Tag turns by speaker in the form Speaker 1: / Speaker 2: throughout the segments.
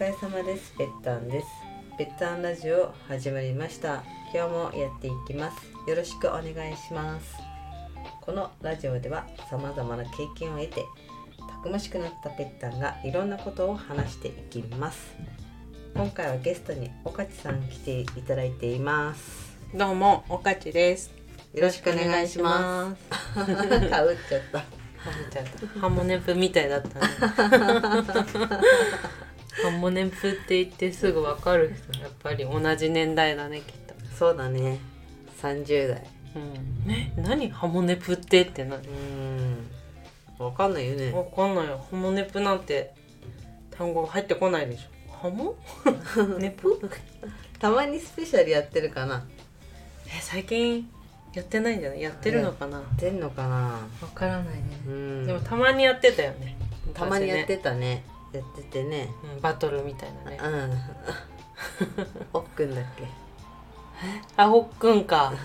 Speaker 1: れ様です。べったんです。べったんラジオ始まりました。今日もやっていきます。よろしくお願いします。このラジオでは様々な経験を得て、たくましくなったぺったんがいろんなことを話していきます。今回はゲストに岡地さん来ていただいています。
Speaker 2: どうも、おかちです。
Speaker 1: よろしくお願いします。 かぶっちゃった。
Speaker 2: ハモネプみたいだったね。 ハモネプって言ってすぐわかる人、やっぱり同じ年代だね、きっと。
Speaker 1: そうだね。30代。
Speaker 2: うん。え、何ハモネプってってな
Speaker 1: うーん。わかんないよね
Speaker 2: わ。かんないよ。ハモネプなんて単語入ってこないでしょ。ハモ ネプ
Speaker 1: たまにスペシャルやってるかな。
Speaker 2: え、最近やってないんじゃないやってるのかなわ
Speaker 1: やってんのかな。
Speaker 2: からないね。
Speaker 1: うん。
Speaker 2: でもたまにやってたよね。
Speaker 1: たまにやっ
Speaker 2: 昔ね、
Speaker 1: てたね。やっててね。
Speaker 2: うん、バトルみたいなね
Speaker 1: う。ん。 おっくんだっけ。
Speaker 2: あ、ほっくんか。
Speaker 1: うん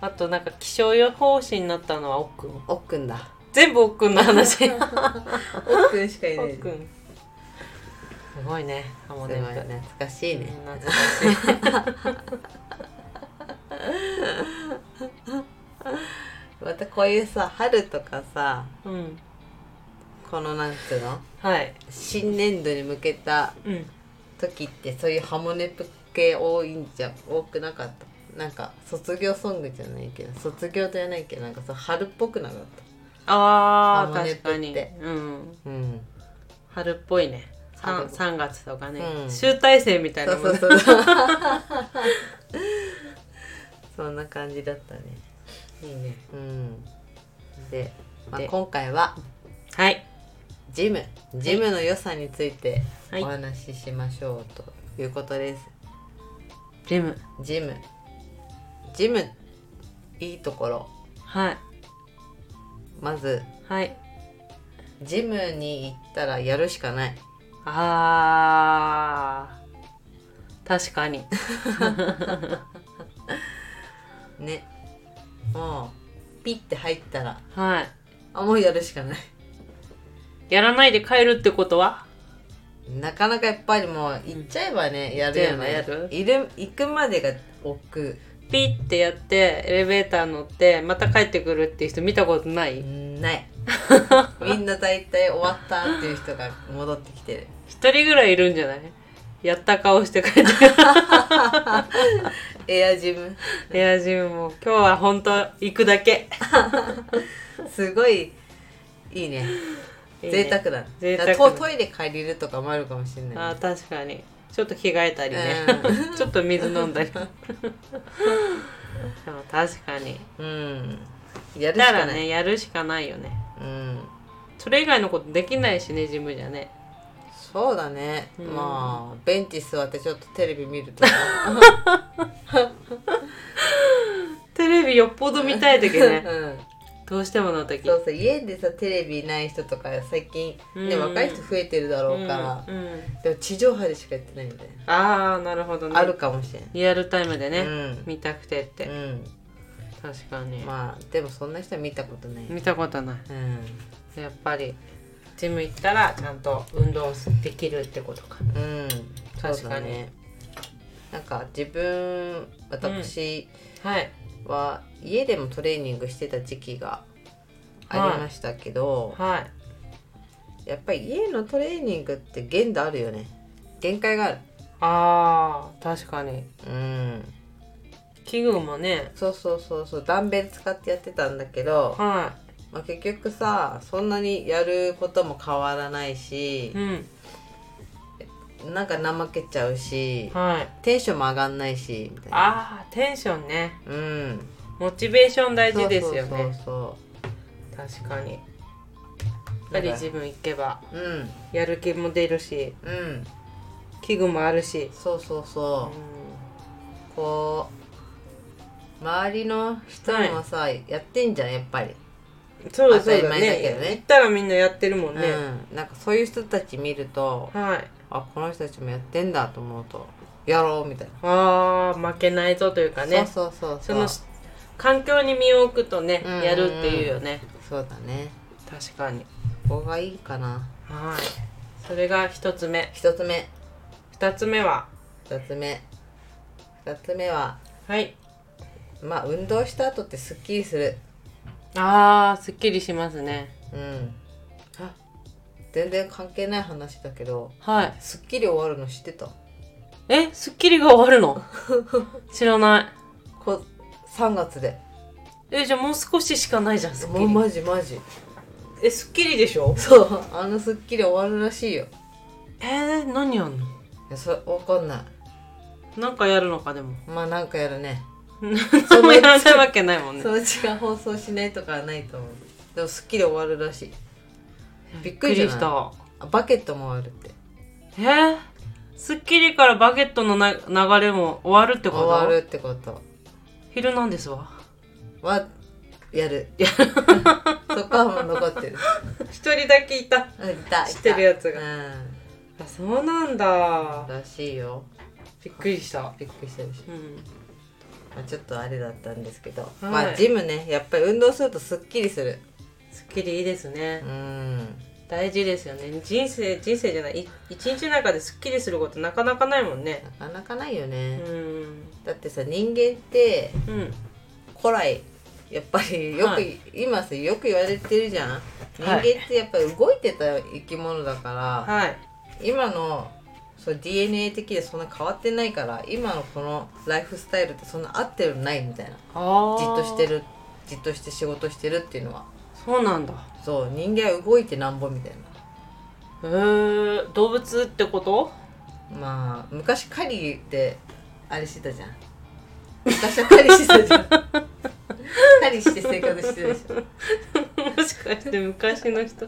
Speaker 2: あとなんか気象予報士になったのはおっくん
Speaker 1: おっくんだ。
Speaker 2: 全部おっくんの話 おっ
Speaker 1: おっくんしかいない。す
Speaker 2: くんすごいねハ
Speaker 1: ご
Speaker 2: モ
Speaker 1: い
Speaker 2: ネプ
Speaker 1: 懐かしいね。
Speaker 2: 懐かしい
Speaker 1: またこういうさ、春とかさ、
Speaker 2: うん
Speaker 1: このなんつうの
Speaker 2: はい
Speaker 1: 新年度に向けた
Speaker 2: うん
Speaker 1: 時ってそういうハモネプ系多いんじゃ多くなかったなんか卒業ソングじゃないけど卒業じゃないけどなんかさ春っぽくなかっ
Speaker 2: あ
Speaker 1: ハ
Speaker 2: ー
Speaker 1: モネプ
Speaker 2: 確
Speaker 1: って
Speaker 2: かに、うん、
Speaker 1: たうん
Speaker 2: 春っぽいね 3,
Speaker 1: 春
Speaker 2: 三月とかね、
Speaker 1: うん
Speaker 2: 集大成みたい
Speaker 1: そ
Speaker 2: な
Speaker 1: う
Speaker 2: もん
Speaker 1: そうそうそう そんな感じだったね
Speaker 2: いいね
Speaker 1: うんで,、まあ、
Speaker 2: で
Speaker 1: 今回は
Speaker 2: はい
Speaker 1: ジムジムの良さについて
Speaker 2: はい
Speaker 1: お話ししましょうということです
Speaker 2: ジム
Speaker 1: ジムジムいいところ
Speaker 2: はい
Speaker 1: まず
Speaker 2: はい
Speaker 1: ジムに行ったらやるしかない
Speaker 2: あー確かに
Speaker 1: ねもうピッて入ったら
Speaker 2: はい
Speaker 1: あもうやるしかない
Speaker 2: やらないで帰るってことは
Speaker 1: なかなかやっぱりもう行っちゃえばね、やるよね
Speaker 2: 行っちゃえばやる
Speaker 1: いる行くまでが億
Speaker 2: ピッてやってエレベーター乗ってまた帰ってくるっていう人見たことない、
Speaker 1: 劫ないみんな大体終わったっていう人が戻ってきて る
Speaker 2: 一人ぐらいいるんじゃないやった顔して帰って くる
Speaker 1: エアジム
Speaker 2: いや自分もう今日は本当行くだ け
Speaker 1: すごいいいね
Speaker 2: いいね
Speaker 1: 贅沢だ
Speaker 2: 贅沢
Speaker 1: だからトトイレ借りるとかもあるかもしれない
Speaker 2: あー確かにちょっと着替えたりね、 ちょっと水飲ん だりでも確かに
Speaker 1: うんやるし
Speaker 2: だか
Speaker 1: からない、
Speaker 2: ねやるしかないよね
Speaker 1: うん
Speaker 2: それ以外のことできないしねジムじゃね
Speaker 1: そうだね、
Speaker 2: うん
Speaker 1: まあベンチ座ってちょっとテレビ見るとか
Speaker 2: テレビよっぽど 見たい時ね
Speaker 1: うん
Speaker 2: どうしてもの時
Speaker 1: そうそう家でさテレビない人とか最近、ね
Speaker 2: うん
Speaker 1: 若い人増えてるだろうから、
Speaker 2: うんうん
Speaker 1: でも地上波でしかやってないみたいな、
Speaker 2: ああなるほどね
Speaker 1: あるかもしれない、
Speaker 2: リアルタイムでね、
Speaker 1: う
Speaker 2: 見たくてって、
Speaker 1: ん、
Speaker 2: 確かに、
Speaker 1: うん、まあでもそんな人は見たことない、
Speaker 2: 見たことな
Speaker 1: うん
Speaker 2: いやっぱりジム行ったらちゃんと運動できるってことか
Speaker 1: うん、
Speaker 2: 確かに
Speaker 1: そうだねなんか自分私
Speaker 2: はい
Speaker 1: は家でもトレーニングしてた時期がありましたけど、
Speaker 2: はい
Speaker 1: やっぱり家のトレーニングって限度あるよね限界がある
Speaker 2: あー確かに
Speaker 1: うん
Speaker 2: 器具もね
Speaker 1: そうそうそうそうダンベル使ってやってたんだけど、
Speaker 2: は
Speaker 1: まあ、結局さそんなにやることも変わらないし
Speaker 2: いうん
Speaker 1: なんか怠けちゃうし
Speaker 2: はい
Speaker 1: テンションも上がんないしみたいな
Speaker 2: あーテンションね
Speaker 1: うん
Speaker 2: モチベーション大事ですよね
Speaker 1: そうそ
Speaker 2: 確かにやっぱり自分行けば
Speaker 1: うそううん
Speaker 2: やる気も出るし
Speaker 1: うん
Speaker 2: 器具もあるし、
Speaker 1: そうそう
Speaker 2: う
Speaker 1: そう、
Speaker 2: ん、
Speaker 1: こう周りの人もさ、やってんじゃんやっぱり、
Speaker 2: そうそうだ
Speaker 1: 当たり前だけどね
Speaker 2: ね行ったらみんなやってるもんね、
Speaker 1: うんなんかそういう人たち見ると
Speaker 2: はい
Speaker 1: あこの人たちもやってんだと思うとやろうみたい
Speaker 2: あー負けないぞというか
Speaker 1: な、
Speaker 2: ね
Speaker 1: そうそうそ
Speaker 2: そ
Speaker 1: うそ
Speaker 2: の
Speaker 1: う
Speaker 2: し環境に身を置くとね、
Speaker 1: うんうんうん
Speaker 2: やるっていうよね
Speaker 1: そうだね
Speaker 2: 確かに
Speaker 1: ここがいいかな
Speaker 2: はいそれが一つ目
Speaker 1: 一つ目
Speaker 2: 2つ目は
Speaker 1: 2つ目2つ目は
Speaker 2: はい
Speaker 1: まあ運動した後ってすっきりする
Speaker 2: あーすっきりしますね
Speaker 1: うんあ全然関係ない話だけど
Speaker 2: はい
Speaker 1: すっきり終わるの知ってた
Speaker 2: えすっきりが終わ るの知らない
Speaker 1: こ3月で
Speaker 2: えじゃあもう少ししかないじゃんすっき
Speaker 1: もう
Speaker 2: り
Speaker 1: マジマジ
Speaker 2: えすっきりでしょ
Speaker 1: そうあのすっきり終わるらしいよ
Speaker 2: えー、何やんの
Speaker 1: いやそれわかんない
Speaker 2: なんかやるのかでも
Speaker 1: まあなんかやる ね
Speaker 2: 何 もやらないわけないもんね
Speaker 1: そのうちが放送しないとかはないと思うでもすっきり終わるらしいびっくりじゃない
Speaker 2: した
Speaker 1: あバケットも終わるって
Speaker 2: えー、スッキリからバゲットのな流れも終わるってこと
Speaker 1: 終わるってこと
Speaker 2: 昼なんで すわ
Speaker 1: はや るそこはもう残ってる
Speaker 2: 一人だけいた
Speaker 1: うんいた
Speaker 2: 知ってるやつが
Speaker 1: がうん
Speaker 2: あそうなんだ
Speaker 1: らしいよ
Speaker 2: びっくりした
Speaker 1: びっくりしたでしょ、
Speaker 2: うん
Speaker 1: まあ、ちょっとあれだったんですけど、
Speaker 2: い
Speaker 1: まあジムねやっぱり運動するとすっきりする
Speaker 2: スッキリいいですね
Speaker 1: うん
Speaker 2: 大事ですよね人生人生じゃないい一日の中でスッキリすることなかなかないもんね
Speaker 1: なかなかないよ
Speaker 2: う
Speaker 1: ね、
Speaker 2: ん
Speaker 1: だってさ人間って
Speaker 2: うん
Speaker 1: 古来やっぱりよく、
Speaker 2: はい
Speaker 1: 今さよく言われてるじゃん人間ってやっぱり動いてた生き物だから、
Speaker 2: はい
Speaker 1: 今のそう DNA 的でそんな変わってないから今のこのライフスタイルってそんな合ってるのないみたいな
Speaker 2: あ
Speaker 1: じっとして
Speaker 2: る
Speaker 1: るじっとして仕事してるっていうのは
Speaker 2: そうなんだ
Speaker 1: そう人間は動いてなんぼみたい
Speaker 2: へえー、動物ってこと
Speaker 1: なまあ昔狩りってあれしてたじゃん昔は狩りしてた じゃん狩りして生活してたでしょ
Speaker 2: もしかして昔の人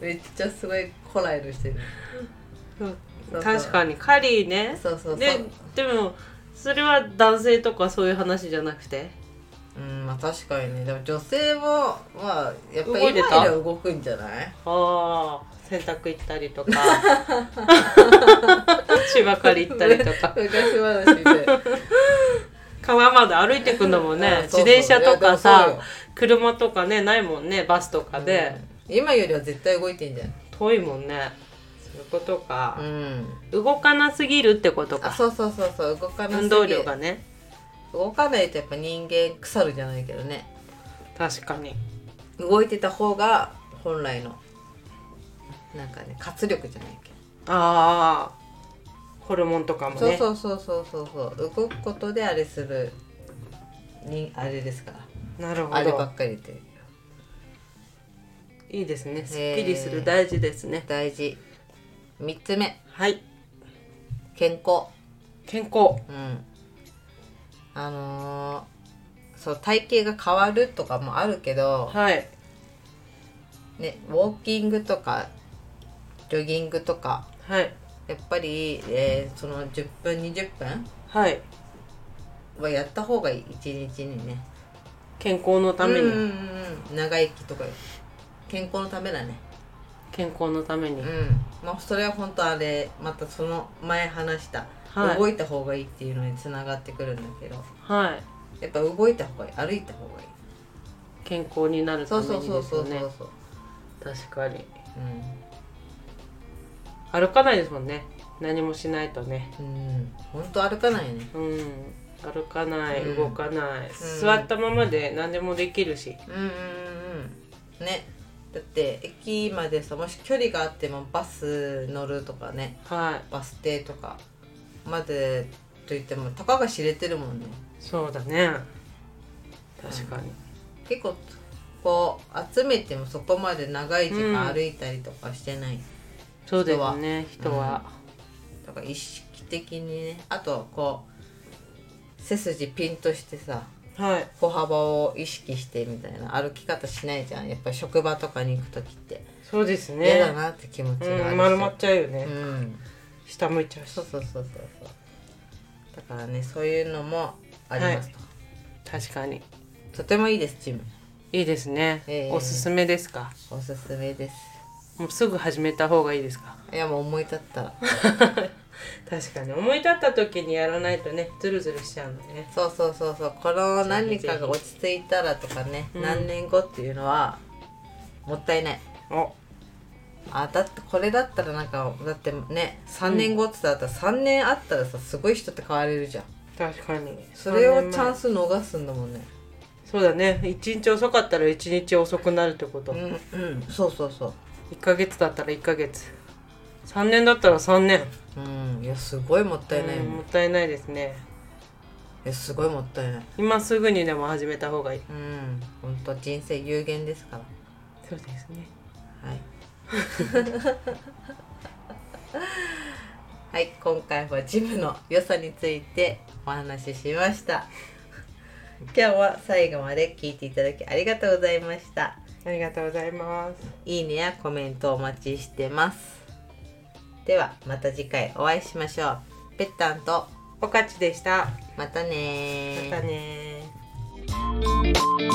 Speaker 1: めっちゃすごい古来の人いるそう
Speaker 2: 確かにカリーね
Speaker 1: そうそうそう
Speaker 2: ででもそれは男性とかそういう話じゃなくて
Speaker 1: うんまあ確かにねでも女性もまあやっぱ
Speaker 2: 動
Speaker 1: り
Speaker 2: いて
Speaker 1: 今
Speaker 2: た
Speaker 1: よりは動くんじゃない
Speaker 2: ああ洗濯行ったりと か芝刈り行ったりとか
Speaker 1: 昔話で
Speaker 2: 川まで歩いてくんだもんね
Speaker 1: うんそうそう
Speaker 2: 自転車とか
Speaker 1: いやで
Speaker 2: さ
Speaker 1: も
Speaker 2: 車とかねないもんねバスと
Speaker 1: そ
Speaker 2: か
Speaker 1: うよ
Speaker 2: で、
Speaker 1: うん今よりは絶対動いてんじゃん
Speaker 2: 遠いもんねそういうことか、
Speaker 1: ん
Speaker 2: 動かなすぎるってこと
Speaker 1: あ
Speaker 2: か
Speaker 1: そうそうそうそう動かなすぎ
Speaker 2: 運動量がね
Speaker 1: 動かないとやっぱ人間腐るじゃないけどね
Speaker 2: 確かに
Speaker 1: 動いてた方が本来のなんかね活力じゃないけ
Speaker 2: ああホルモンとかもね
Speaker 1: ど、そうそうそうそうそうそう動くことであれするにあれですから
Speaker 2: なるほど
Speaker 1: あればっかりで
Speaker 2: いいですね。す
Speaker 1: へー
Speaker 2: っきりする大事ですね。
Speaker 1: 大事3つ目
Speaker 2: はい。
Speaker 1: 健康
Speaker 2: 健康。
Speaker 1: うんあのーそう体型が変わるとかもあるけど、
Speaker 2: はい。
Speaker 1: ね、ウォーキングとかジョギングとか
Speaker 2: はい。
Speaker 1: やっぱり、えーその10分20分
Speaker 2: はい。
Speaker 1: はやった方がいい1日にね
Speaker 2: 健康のため
Speaker 1: うんうん
Speaker 2: に。
Speaker 1: うん長生きとか健康のためだね
Speaker 2: 健康のため
Speaker 1: う
Speaker 2: に
Speaker 1: ん。まあそれは本当あれまたその前話した、
Speaker 2: は
Speaker 1: 動
Speaker 2: い。
Speaker 1: いた方がいいっていうのにつながってくるんだけど
Speaker 2: はい。
Speaker 1: やっぱ動いた方がいい歩いた方がいい
Speaker 2: 健康になるた
Speaker 1: そう
Speaker 2: めに
Speaker 1: そうそうそ
Speaker 2: で
Speaker 1: う
Speaker 2: す
Speaker 1: そ
Speaker 2: よ
Speaker 1: うそう
Speaker 2: ね。確かに。歩かないですもんね。何もしないとね。
Speaker 1: うん、うん、本当歩かないよね
Speaker 2: うん。歩かない、
Speaker 1: うん
Speaker 2: 動かない、
Speaker 1: ん
Speaker 2: 座ったままで何でもできるし。
Speaker 1: うんうんうんねだって駅までさもし距離があってもバス乗るとかね
Speaker 2: は
Speaker 1: バス停とかまでといってもたかが知れてるもんね
Speaker 2: い。そうだね。確かに。
Speaker 1: 結構こう集めてもそこまで長い時
Speaker 2: う
Speaker 1: 間
Speaker 2: ん
Speaker 1: 歩いたりとかしてない、
Speaker 2: そうですね。人は。
Speaker 1: だから意識的にねあとこう背筋ピンとしてさ
Speaker 2: はい。
Speaker 1: 歩幅を意識してみたいな歩き方しないじゃんやっぱり職場とかに行く時って
Speaker 2: そうです
Speaker 1: 嫌だ
Speaker 2: ね。
Speaker 1: なって気持ちがあるし、
Speaker 2: うん、丸まっちゃうよね。
Speaker 1: うん
Speaker 2: 下向いちゃうし
Speaker 1: そう。そうそうそうそうだからねそういうのもありますと、
Speaker 2: 確かに
Speaker 1: とてもいいですチーム
Speaker 2: いいですね、
Speaker 1: ええ
Speaker 2: おすすめですか
Speaker 1: おすすめです
Speaker 2: もうすぐ始めた方がいいですか
Speaker 1: いやもう思い立ったら
Speaker 2: 確かに思い立った時にやらないとねズルズルしちゃうのね
Speaker 1: そうそうそうそうこの何かが落ち着いたらとかね、
Speaker 2: うん
Speaker 1: 何年後っていうのはもったいない
Speaker 2: お
Speaker 1: あだってこれだったらなんかだってね3年後って言ったら3年あったらさすごい人って変われるじゃん
Speaker 2: 確かに
Speaker 1: それを
Speaker 2: 三年前
Speaker 1: チャンス逃すんだもんね
Speaker 2: そうだね一日遅かったら一日遅くなるってこと、
Speaker 1: う
Speaker 2: 一
Speaker 1: んうんそうそうそ
Speaker 2: 1ヶ月だったら1ヶ月3年だったら3年もっ
Speaker 1: ううんいやすごいもったいないよね、
Speaker 2: もったいないですね
Speaker 1: いやすごいもったいない
Speaker 2: 今すぐにでも始めた方がいい
Speaker 1: うん本当人生有限ですから
Speaker 2: そうですね
Speaker 1: はい。 はい、今回はジムの良さについてお話ししました。今日は最後まで聞いていただきありがとうございました。
Speaker 2: ありがとうございます
Speaker 1: いいねやコメントお待ちしてます。ではまた次回お会いしましょう。ぺったんと
Speaker 2: おかちでした
Speaker 1: またねー
Speaker 2: またねー